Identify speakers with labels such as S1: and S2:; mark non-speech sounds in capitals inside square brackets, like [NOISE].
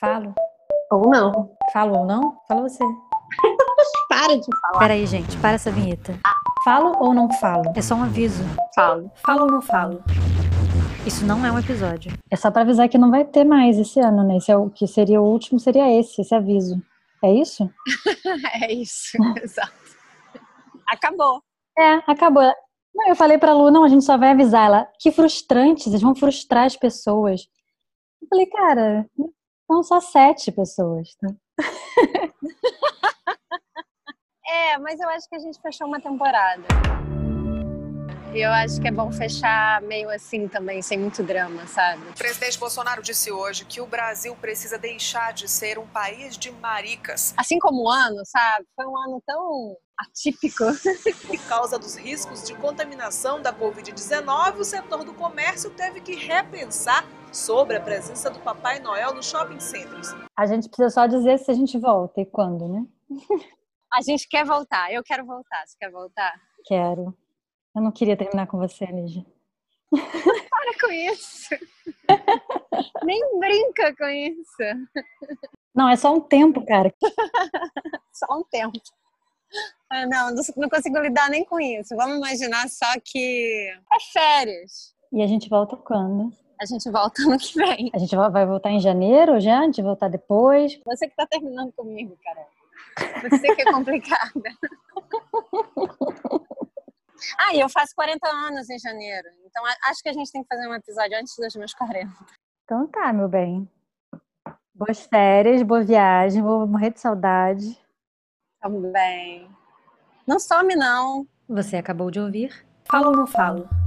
S1: Falo.
S2: Ou não.
S1: Falo ou não? Fala você.
S2: Para de falar.
S1: Peraí, gente, para essa vinheta.
S3: Ah.
S1: Falo ou não falo? É só um aviso.
S2: Falo.
S1: Falo ou não falo? Isso não é um episódio.
S3: É só pra avisar que não vai ter mais esse ano, né? Esse é o que seria o último, seria esse, esse aviso. É isso?
S2: [LAUGHS] É isso, [LAUGHS] exato. Acabou.
S3: É, acabou. Não, eu falei pra Lu, não, a gente só vai avisar ela. Que frustrante, vocês vão frustrar as pessoas. Eu falei, cara, são só sete pessoas, tá?
S2: É, mas eu acho que a gente fechou uma temporada. E eu acho que é bom fechar meio assim também, sem muito drama, sabe?
S4: O presidente Bolsonaro disse hoje que o Brasil precisa deixar de ser um país de maricas
S2: Assim como o ano, sabe? Foi um ano tão atípico.
S4: por causa dos riscos de contaminação da Covid-19. O setor do comércio teve que repensar sobre a presença do Papai Noel nos shopping centers.
S3: A gente precisa só dizer se a gente volta e quando, né?
S2: [LAUGHS] A gente quer voltar, eu quero voltar. Você quer voltar?
S3: Quero. Eu não queria terminar com você, Lígia.
S2: Para com isso! [LAUGHS] Nem brinca com isso.
S3: Não, é só um tempo, cara.
S2: Só um tempo. Ah, não, não não consigo lidar nem com isso. Vamos imaginar só que é férias.
S3: E a gente volta quando?
S2: A gente volta ano que vem.
S3: A gente vai vai voltar em janeiro já? A gente vai voltar depois?
S2: Você que tá terminando comigo, Carol. Você que é complicada. Ah, e eu faço 40 anos em janeiro. Então a- acho que a gente tem que fazer um episódio antes dos meus 40.
S3: Então tá, meu bem. Boas férias, boa viagem, vou morrer de saudade.
S2: Também. Não some, não.
S1: Você acabou de ouvir? Falo ou não falo?